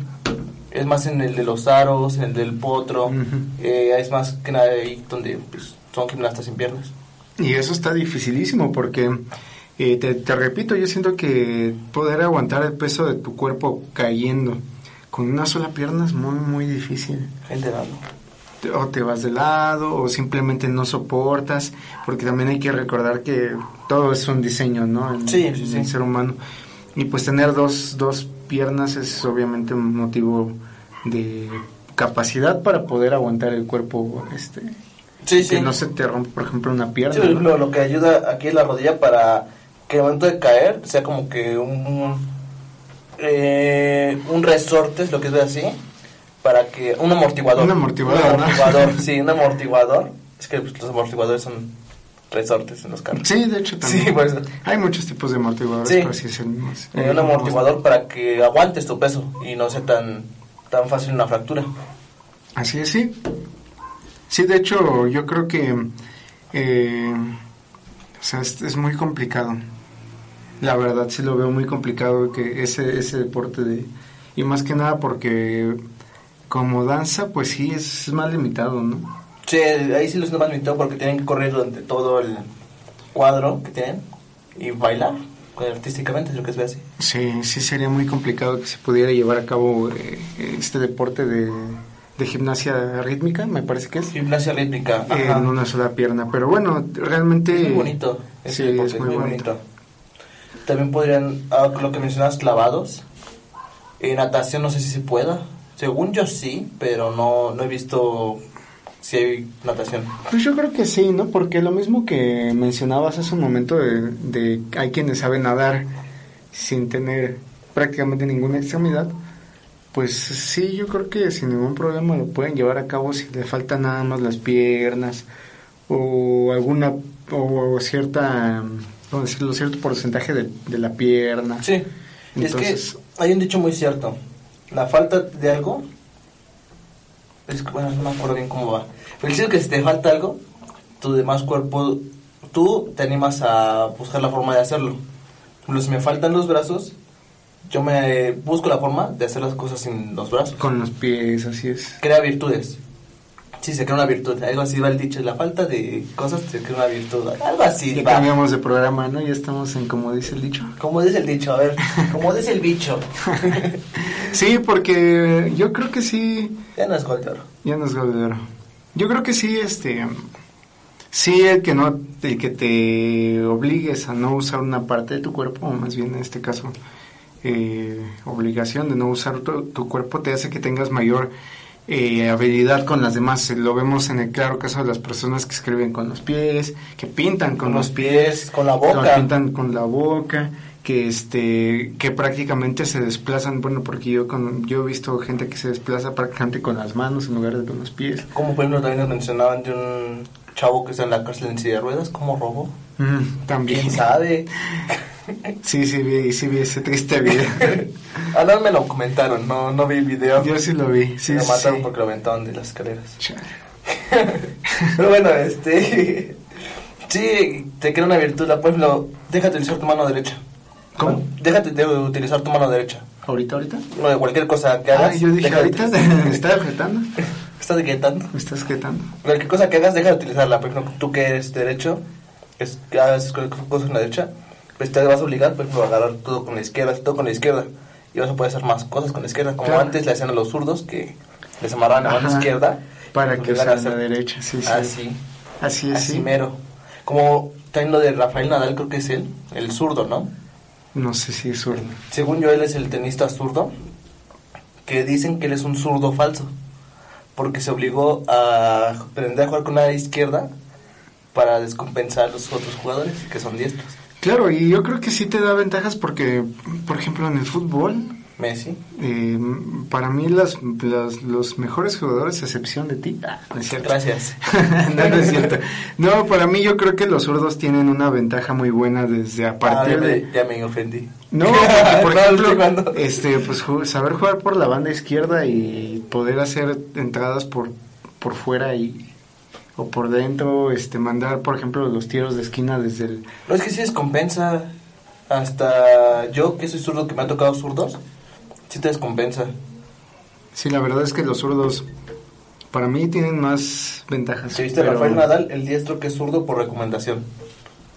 Es más en el de los aros, en el del potro, Ujú. eh, es más que nada ahí donde pues, son gimnastas sin piernas. Y eso está dificilísimo porque, eh, te, te repito, yo siento que poder aguantar el peso de tu cuerpo cayendo con una sola pierna es muy, muy difícil. Gente dando. te- o te vas de lado o simplemente no soportas, porque también hay que recordar que todo es un diseño, ¿no? En, Sí, sí, en sí. el ser humano. Y pues tener dos, dos piernas es obviamente un motivo de capacidad para poder aguantar el cuerpo, este, Sí, que sí. no se te rompa, por ejemplo, una pierna. Sí, por ¿no? ejemplo, lo que ayuda aquí es la rodilla para que al momento de caer sea como que un, un, eh, un resorte, es lo que es así, para que un amortiguador. Un amortiguador, Un ¿no? amortiguador, sí, un amortiguador. Es que pues, los amortiguadores son resortes en los carros. Sí, de hecho también. Sí, por eso. Hay muchos tipos de amortiguadores, Sí. pero sí es el mismo. Eh, un amortiguador para que aguantes tu peso y no sea tan, tan fácil una fractura. Así es, sí. Sí, de hecho, yo creo que eh, o sea, es, es muy complicado. La verdad, sí lo veo muy complicado que ese, ese deporte de... Y más que nada porque como danza, pues sí, es, más limitado, ¿no? Sí, ahí sí los más limitado porque tienen que correr durante todo el cuadro que tienen y bailar eh, artísticamente, es lo que se ve así. Sí, sí sería muy complicado que se pudiera llevar a cabo eh, este deporte de, de gimnasia rítmica, me parece que es. Gimnasia rítmica. ajá. Eh, En una sola pierna. Pero bueno, realmente... Es muy bonito. Sí, deporte, es muy bonito. También podrían, ah, con lo que mencionabas, clavados. Eh, natación, no sé si se pueda. Según yo sí, pero no, no he visto si hay natación. Pues yo creo que sí, ¿no? Porque lo mismo que mencionabas hace un momento de, de hay quienes saben nadar sin tener prácticamente ninguna extremidad, pues sí, yo creo que sin ningún problema lo pueden llevar a cabo si le faltan nada más las piernas o alguna o cierta, mm, ¿cómo decirlo? Cierto porcentaje de, de la pierna. Sí. Y es Entonces- que hay un dicho muy cierto. La falta de algo... Es que, bueno, no me acuerdo bien cómo va. Pero el chiste es que si te falta algo, tu demás cuerpo, tú te animas a buscar la forma de hacerlo. Por ejemplo, si me faltan los brazos, yo me busco la forma de hacer las cosas sin los brazos. Con los pies, así es. Crea virtudes. Si Sí, se crea una virtud. Algo así va el dicho. La falta de cosas se crea una virtud. Algo así. Ya va. cambiamos de programa, ¿no? Ya estamos en como dice el dicho. ¿Cómo dice el dicho? A ver, ¿cómo dice el bicho? Sí, porque yo creo que sí. ya no es gol de oro. Ya nos goldearon. Yo creo que sí, este. Sí, el que no, el que te obligues a no usar una parte de tu cuerpo, o más bien en este caso, eh, obligación de no usar tu, tu cuerpo, te hace que tengas mayor eh, habilidad con las demás. Lo vemos en el claro caso de las personas que escriben con los pies, que pintan con, los pies, con la que boca. pintan con la boca, que este, que prácticamente se desplazan, bueno, porque yo con, yo he visto gente que se desplaza prácticamente con las manos en lugar de con los pies. Como por ejemplo también nos mencionaban de un chavo que está en la cárcel en silla de ruedas, ¿cómo robó? Mm, también. ¿Quién sabe? Sí, sí vi, sí vi ese triste video. Ah, no me lo comentaron, no, no vi el video. yo sí lo Se vi, sí, lo sí. mataron sí. porque lo aventaron de las escaleras. Chale. Pero bueno, este. Sí, te crea una virtud. la- Por ejemplo, déjate utilizar tu mano derecha. ¿Cómo? Déjate de utilizar tu mano derecha. ¿Ahorita, ahorita? Bueno, cualquier cosa que hagas. Ah, yo dije, deja de ahorita utilizar- me estás objetando. Estás inquietando. Me estás objetando. Cualquier cosa que hagas, deja de utilizarla. Por ejemplo, tú que eres derecho, es, que hagas cualquier cosa con la derecha, pues te vas a obligar, por ejemplo, a agarrar todo con la izquierda, todo con la izquierda. Y vas a poder hacer más cosas con la izquierda. Como Claro. antes le hacían a los zurdos que les amarraban la mano Ajá, izquierda. para y que obligaban usara la derecha, sí, sí. Así, Así es, Ah, así sí. mero. Como también lo de Rafael Nadal, creo que es él, el zurdo, ¿no? No sé si es zurdo. Según yo, él es el tenista zurdo, que dicen que él es un zurdo falso, porque se obligó a aprender a jugar con la izquierda para descompensar a los otros jugadores que son diestros. Claro, y yo creo que sí te da ventajas porque, por ejemplo, en el fútbol, Messi. Eh, para mí las, las- los mejores jugadores, a excepción de ti, Ah, no es cierto. Gracias. no, no es cierto. No, para mí yo creo que los zurdos tienen una ventaja muy buena desde a partir Ah, ya, de... me, ya me ofendí. No, porque, por No, estoy ejemplo, jugando. este, pues, ju- saber jugar por la banda izquierda y poder hacer entradas por, por fuera y o por dentro, este, mandar, por ejemplo, los tiros de esquina desde el... No es que sí descompensa. Hasta yo, que soy zurdo, que me ha tocado zurdos, sí te descompensa. Sí, la verdad es que los zurdos, para mí, tienen más ventajas. Si viste a pero- Rafael Nadal, el diestro que es zurdo por recomendación.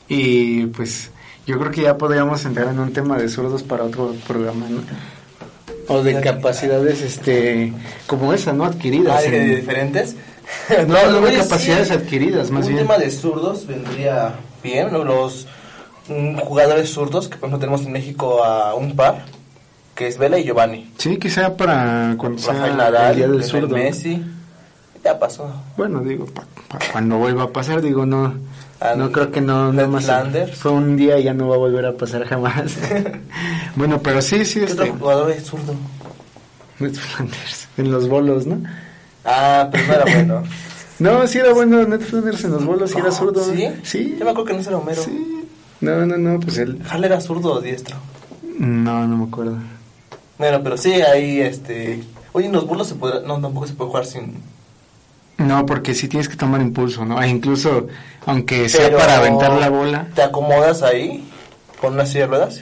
Y pues yo creo que ya podríamos entrar en un tema de zurdos para otro programa, ¿no? O de capacidades este como esa, ¿no? Adquiridas. Ah, de en- diferentes. No, no, Oye, sí. capacidades adquiridas, más un bien. tema de zurdos vendría bien, ¿no? Los mm, jugadores zurdos, que por ejemplo tenemos en México a un par, que es Vela y Giovanni. Sí, quizá para cuando sea Rafael Nadal, el día del Lionel zurdo. Messi. Ya pasó. Bueno, digo, pa- pa- cuando vuelva a pasar, digo, no. Al- no creo que no, no más. Landers. Fue un día y ya no va a volver a pasar jamás. bueno, pero sí, sí, ¿Qué otro este. jugador es zurdo? Ned Flanders, En los bolos, ¿no? Ah, pero no era bueno. No, sí era bueno Ned Flanders en los bolos, sí era No, zurdo. ¿Sí? Sí. Yo me acuerdo que no era Homero. Sí. No, no, no, pues él. Hall era zurdo o diestro. No, no me acuerdo. Bueno, pero sí, ahí este. Oye, en los burlos se podrá. No, tampoco se puede jugar sin. No, porque sí tienes que tomar impulso, ¿no? Ah, incluso, aunque sea Pero para aventar la bola. Te acomodas ahí con una silla de ruedas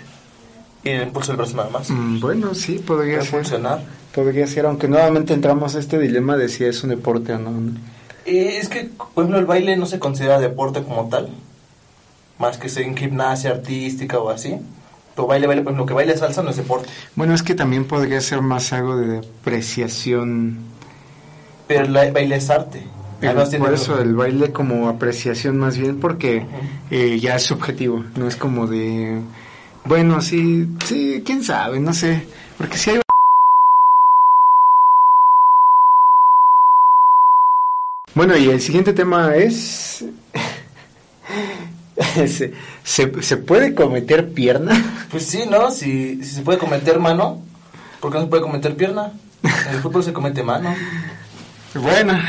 y el impulso del brazo nada más. mm, Bueno, sí, podría Puede ser. funcionar. Podría ser, aunque nuevamente entramos a este dilema de si es un deporte o no. ¿no? Eh, es que, por ejemplo, el baile no se considera deporte como tal, más que sea en gimnasia artística o así. Pero baile, baile, por ejemplo, que baile salsa no es deporte. Bueno, es que también podría ser más algo de apreciación. Pero el baile es arte. El- Además tiene- por eso el baile como apreciación más bien, porque eh, ya es subjetivo, no es como de... Bueno, sí, sí, quién sabe, no sé. Porque si hay Bueno, y el siguiente tema es... ¿Se, se, se puede cometer pierna? Pues sí, ¿no? Si, si se puede cometer mano, ¿por qué no se puede cometer pierna? En el fútbol se comete mano. Bueno,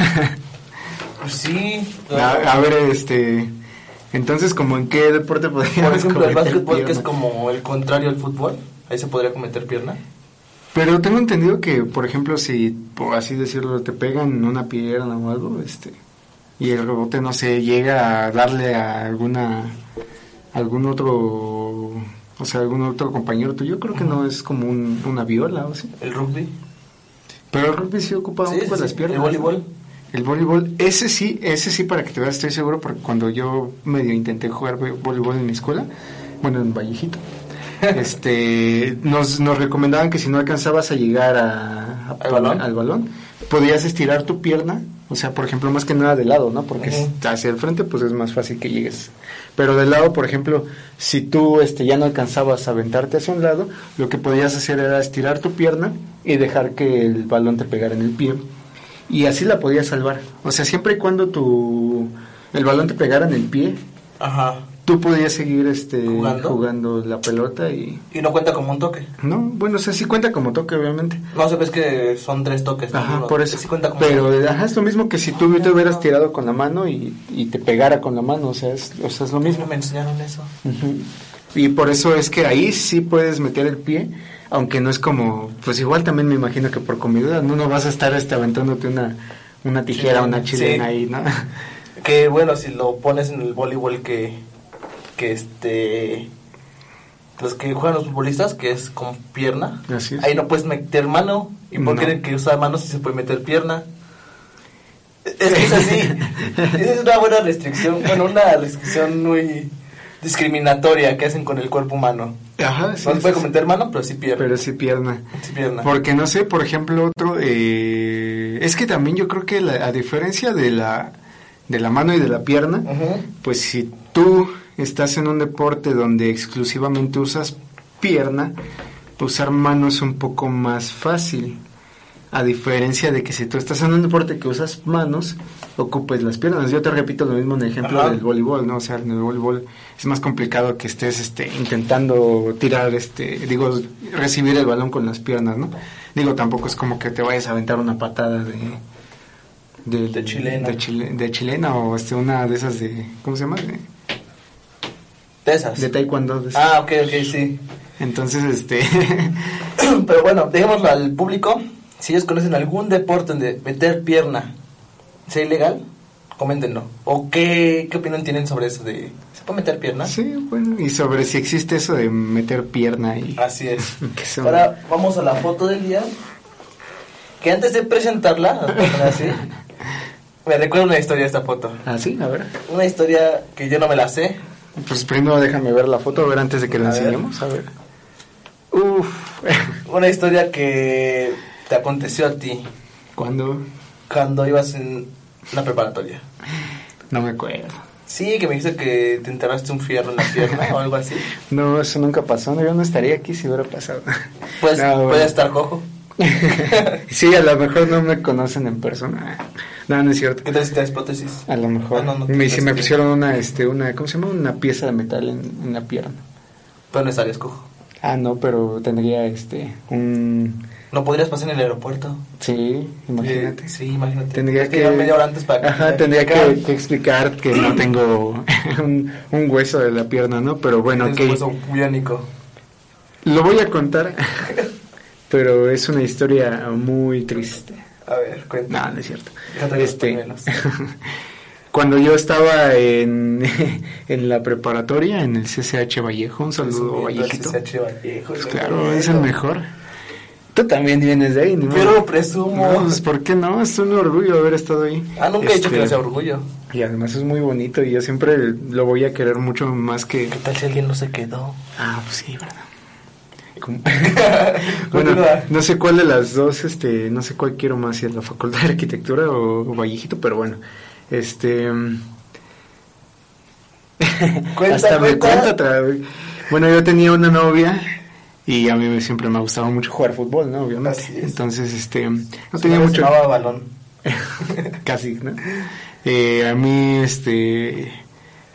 Pues sí. a, a ver, este... Entonces, ¿como en qué deporte por podríamos ejemplo, el Pues cometer básquetbol, que es pierna? como el contrario al fútbol, ahí se podría cometer pierna. Pero tengo entendido que, por ejemplo, si, por así decirlo, te pegan en una pierna o algo, este, y el rebote, no sé, llega a darle a alguna, algún otro, o sea, algún otro compañero tuyo, creo que no es como un- una viola, o sí. El rugby. Pero el rugby sí ocupa Sí, Pues un sí, poco sí, las piernas. El voleibol. ¿no? El voleibol, ese sí, ese sí, para que te veas, estoy seguro, porque cuando yo medio intenté jugar vo- voleibol en mi escuela, bueno, en Vallejito, este, nos, nos recomendaban que si no alcanzabas a llegar a- a- ¿Al balón? al balón, podías estirar tu pierna, o sea, por ejemplo, más que nada de lado, ¿no? Porque Ujú. si- hacia el frente, pues es más fácil que llegues. Pero de lado, por ejemplo, si tú este, ya no alcanzabas a aventarte hacia un lado, lo que podías hacer era estirar tu pierna y dejar que el balón te pegara en el pie. Y así la podías salvar. O sea, siempre y cuando tu, el balón te pegara en el pie, Ajá. tú podías seguir este, ¿Jugando? jugando la pelota y... Y no cuenta como un toque. No, bueno, o sea, sí cuenta como toque, obviamente. No se ves que son tres toques. ¿no? Ajá, Uno, por eso. Sí cuenta como Pero ajá, es lo mismo que si tú te hubieras tirado con la mano y, y te pegara con la mano, o sea, es, o sea, es lo mismo. mismo me enseñaron eso. Ujú. Y por eso es que ahí sí puedes meter el pie, aunque no es como, pues igual también me imagino que por comida no, no vas a estar este, aventándote una, una tijera, Sí, una chilena sí. ahí, ¿no? Que bueno, si lo pones en el voleibol que, que este... Los que juegan los futbolistas, que es con pierna. Así es. Ahí no puedes meter mano. ¿Y por qué No. tienen que usar mano si se puede meter pierna? Es que es así. Esa es una buena restricción. Bueno, una restricción muy discriminatoria que hacen con el cuerpo humano. Ajá, no se puede meter mano, pero sí pierna. Pero sí pierna. sí pierna. Porque no sé, por ejemplo, otro. eh, es que también yo creo que la, a diferencia de la, de la mano y de la pierna, Ujú. pues si tú estás en un deporte donde exclusivamente usas pierna, pues usar mano es un poco más fácil. A diferencia de que si tú estás en un deporte que usas manos, ocupes las piernas. Yo te repito lo mismo en el ejemplo Ajá. del voleibol, ¿no? O sea, en el voleibol es más complicado que estés este, intentando tirar, este, digo, recibir el balón con las piernas, ¿no? Digo, tampoco es como que te vayas a aventar una patada de... De, De chilena. De, chile- de chilena o este, una de esas de... ¿Cómo se llama? De, De esas. de taekwondo. de esas. Ah, ok, ok, sí. Entonces, este... Pero bueno, dejémoslo al público. Si ellos conocen algún deporte donde meter pierna sea ilegal, coméntenlo. ¿O qué, qué opinión tienen sobre eso de... ¿Se puede meter pierna? sí, bueno. Y sobre si existe eso de meter pierna y... Así es. que son- Ahora vamos a la foto del día. Que antes de presentarla, la voy a poner así, me recuerda una historia esta foto. Ah, sí, a ver. Una historia que yo no me la sé. Pues primero déjame ver la foto, a ver antes de que la A ver. enseñemos, a ver. Uf, Una historia que te aconteció a ti ¿cuándo? cuando ibas en la preparatoria. No me acuerdo. Sí, que me dijiste que te enterraste un fierro en la pierna o algo así. No, eso nunca pasó, no, yo no estaría aquí si hubiera pasado. Pues No, bueno. puede estar cojo. sí, a lo mejor no me conocen en persona. No, no es cierto. ¿Qué tal si tienes prótesis? A lo mejor. Ah, no, no, me, si me este- pusieron una, este, una, ¿cómo se llama? Una pieza de metal en, en la pierna. Pero no estarías cojo. Ah, no, pero tendría, este, un... No podrías pasar en el aeropuerto. Sí, imagínate. Eh, Sí, imagínate. Tendría Hay que, llegar media hora antes para Ajá, tendría que, que explicar que no tengo un, un hueso de la pierna, ¿no? Pero bueno, Tienes ok. un hueso biónico. Lo voy a contar, pero es una historia muy triste. A ver, cuenta. No, no es cierto. Este, Ya traigo los cuando yo estaba en, en la preparatoria, en el CCH Vallejo, un saludo Subiendo al Vallejito. CCH Vallejo, Pues el claro, mejor. es el mejor. Tú también vienes de ahí, ¿no? Pero presumo. No, pues ¿por qué no? Es un orgullo haber estado ahí. Ah, nunca he dicho que Este, no sea orgullo. Y además es muy bonito y yo siempre lo voy a querer mucho más que... ¿Qué tal si alguien no se quedó? Ah, pues sí, verdad. Como- bueno, Continúa. no sé cuál de las dos, este, no sé cuál quiero más, si es la Facultad de Arquitectura o, o Vallejito, pero bueno, este... mm, Cuenta, hasta me cuenta. cuenta otra vez. Bueno, yo tenía una novia y a mí me- siempre me ha gustado mucho jugar fútbol, ¿no? Obviamente. Así es. Entonces, este, no Su tenía madre mucho... se llamaba balón. Casi, ¿no? Eh, a mí, este,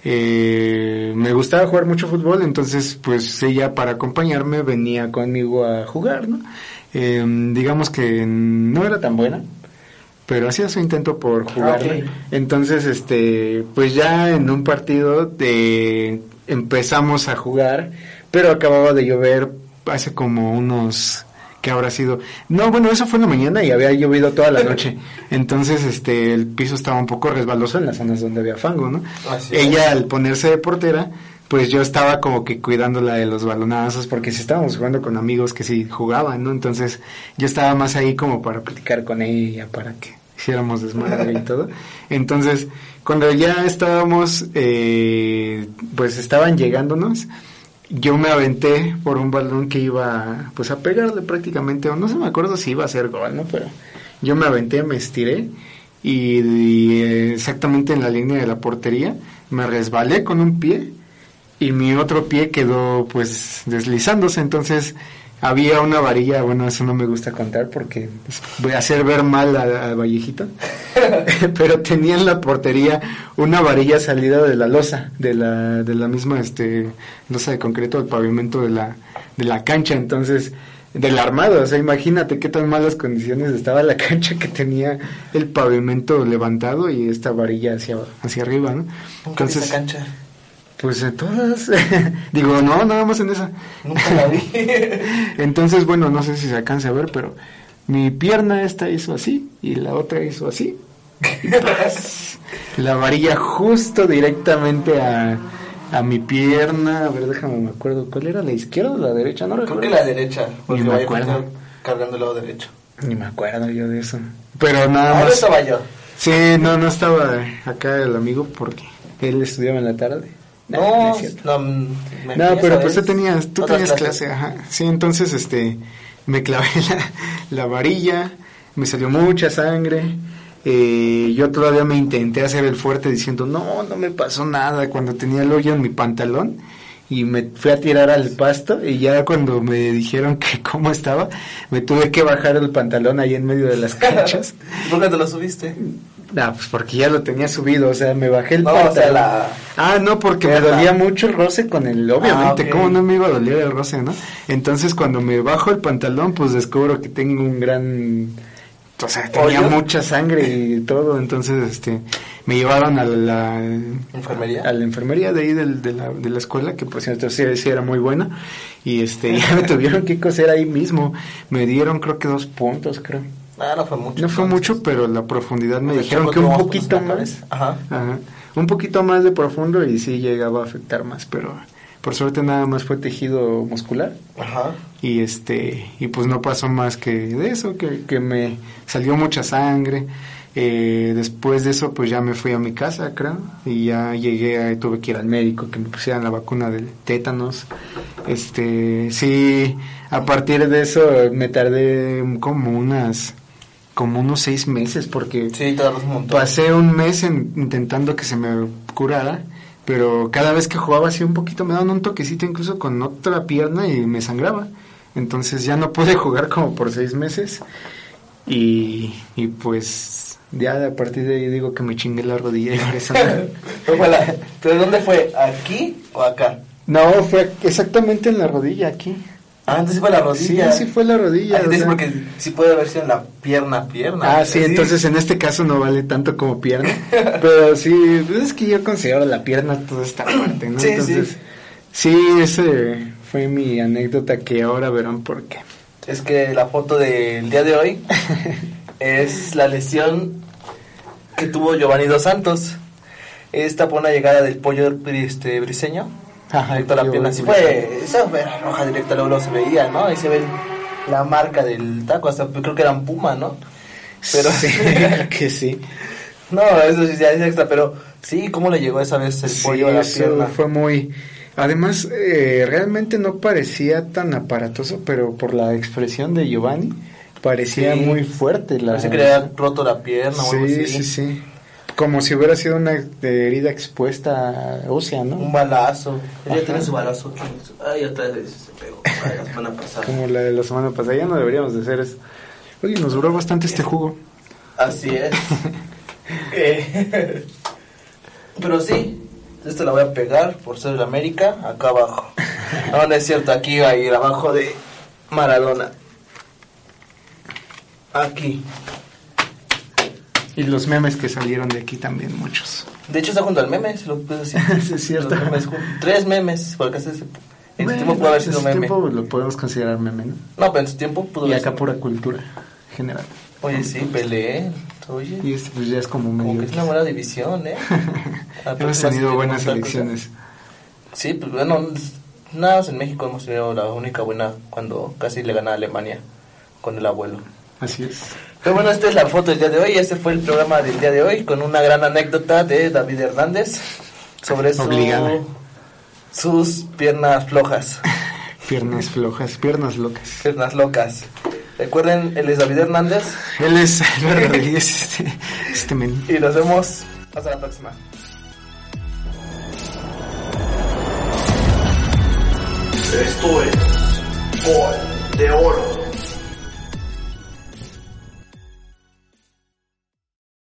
eh, me gustaba jugar mucho fútbol, entonces, pues ella para acompañarme venía conmigo a jugar, ¿no? Eh, digamos que no era tan buena, pero hacía su intento por jugar. ¿no? ok. Entonces, este, pues ya en un partido de- empezamos a jugar, pero acababa de llover hace como unos que habrá sido. No, bueno, eso fue en la mañana y había llovido toda la noche. Entonces, este, el piso estaba un poco resbaloso en las zonas donde había fango, ¿no? Así es. Ella al ponerse de portera, pues yo estaba como que cuidándola de los balonazos, porque si estábamos jugando con amigos que sí jugaban, ¿no? Entonces yo estaba más ahí como para platicar con ella, para que hiciéramos desmadre y todo. Entonces, cuando ya estábamos, eh, pues estaban llegándonos, yo me aventé por un balón que iba, pues a pegarle prácticamente, o no se me acuerdo si iba a ser gol, ¿no? Pero yo me aventé, me estiré y, y, eh, exactamente en la línea de la portería me resbalé con un pie y mi otro pie quedó pues deslizándose, entonces había una varilla, bueno, eso no me gusta contar porque pues, voy a hacer ver mal a, a Vallejito, pero tenía en la portería una varilla salida de la losa, de la, de la misma este, losa de concreto del pavimento de la, de la cancha, entonces del armado, o sea, imagínate qué tan malas condiciones estaba la cancha que tenía el pavimento levantado y esta varilla hacia, hacia arriba, ¿no? Entonces, cancha? Pues en todas. Digo, no, nada más en esa. Nunca la vi. Entonces, bueno, no sé si se alcance a ver, pero mi pierna esta hizo así y la otra hizo así. Y ¡pras! la varilla justo directamente a, a mi pierna. A ver, déjame, me acuerdo. ¿Cuál era? ¿La izquierda o la derecha? No Creo recuerdo. que la derecha, porque Ni me voy a acuerdo. empezar cargando el lado derecho. Ni me acuerdo yo de eso. Pero nada Ahora más. estaba yo. Sí, no, no estaba acá el amigo porque él estudiaba en la tarde. No, no es no, cierto. mm, me No, fui, pero ¿sabes? pues tú tenías, tú Otras tenías clase, clases. ajá. Sí, entonces, este, me clavé la, la varilla, me salió mucha sangre. eh, yo todavía me intenté hacer el fuerte diciendo, no, no me pasó nada cuando tenía el hoyo en mi pantalón. Y me fui a tirar al pasto y ya cuando me dijeron que cómo estaba, me tuve que bajar el pantalón ahí en medio de las canchas. ¿Por qué te lo subiste? Ah, pues porque ya lo tenía subido, o sea, me bajé el No, o pantalón. sea, la- Ah, no, porque me Pierna. dolía mucho el roce con el, obviamente, Ah, ok. ¿cómo no me iba a doler el roce, no? Entonces, cuando me bajo el pantalón, pues descubro que tengo un gran, o sea, tenía ¿Hoyo? mucha sangre y todo, entonces, este, me llevaron a la... ¿Enfermería? A la enfermería de ahí del- de, la, de la escuela, que por cierto sí, sí era muy buena, y este, ya me tuvieron que coser ahí mismo, me dieron creo que dos puntos, creo. Ah, no fue mucho. No fue entonces. mucho, pero la profundidad me Le dijeron chocó que un todo, poquito pues, la más. cabeza. Ajá. Ajá. Un poquito más de profundo y sí llegaba a afectar más, pero por suerte nada más fue tejido muscular Ajá. y este y pues no pasó más que de eso, que, que me salió mucha sangre. Eh, después de eso pues ya me fui a mi casa, creo, y ya llegué, a- tuve que ir al médico que me pusieran la vacuna del tétanos. Este, sí, a partir de eso me tardé como unas como unos seis meses porque Sí, te das un montón. Pasé un mes en- intentando que se me curara, pero cada vez que jugaba así un poquito me daban un toquecito incluso con otra pierna y me sangraba. Entonces ya no pude jugar como por seis meses y, y pues ya a partir de ahí digo que me chingué la rodilla y por eso no- Ojalá. ¿De dónde fue? ¿Aquí o acá? No, fue exactamente en la rodilla aquí. Ah, entonces fue la rodilla. Sí, sí fue la rodilla. Ah, o entonces sea. porque sí puede haber sido en la pierna, pierna. Ah, sí, entonces en este caso no vale tanto como pierna. pero sí, pues es que yo considero la pierna toda esta parte, ¿no? Sí, sí. entonces, sí. ese fue mi anécdota que ahora verán por qué. Es que la foto del día de hoy es la lesión que tuvo Giovanni Dos Santos. Esta fue una llegada del pollo este, briseño. Ajá, directo a la yo- pierna. Así fue. Esa fue la roja directa, luego, luego se veía, ¿no? Ahí se ve la marca del taco. Hasta creo que eran puma, ¿no? Pero- sí, que sí. No, eso sí ya es extra, pero sí, ¿cómo le llegó esa vez el Sí, pollo a la eso pierna? fue muy... Además, eh, realmente no parecía tan aparatoso, pero por la expresión de Giovanni, parecía Sí. muy fuerte. La... Parece que le había roto la pierna o algo Sí, así. sí, sí. Como si hubiera sido una eh, herida expuesta ósea, Un ¿no? balazo. Ella Ajá. tiene su balazo aquí. Ay, otra vez se pegó. Ay, la semana pasada. Como la de la semana pasada. Ya no deberíamos de hacer eso. Oye, nos duró bastante este jugo. Así es. Eh, Pero sí, esta la voy a pegar por ser de América, acá abajo. No, no es cierto, aquí va a ir abajo de Maradona. Aquí. Y los memes que salieron de aquí también, muchos. De hecho está junto al meme, si lo puedes decir. Sí, es cierto. Los memes jun- tres memes, porque hace- en su tiempo pudo haber sido en su meme. tiempo este lo podemos considerar meme, ¿no? No, pero en su tiempo pudo Y haber acá sido. pura cultura general. Oye, sí, peleé. Oye, Y este pues ya es como medio... como que es una buena división, ¿eh? La Hemos próxima tenido sí tenemos otra buenas cosa. elecciones. Sí, pues bueno, nada más en México hemos tenido la única buena cuando casi le gana a Alemania con el abuelo. Así es. Pero bueno, esta es la foto del día de hoy. Este fue el programa del día de hoy con una gran anécdota de David Hernández sobre su- Obligada. sus piernas flojas, Piernas flojas, piernas locas. piernas locas. Recuerden, él es David Hernández Él es Álvaro Rodríguez, este, este men. y nos vemos hasta la próxima. Esto es Gol de Oro.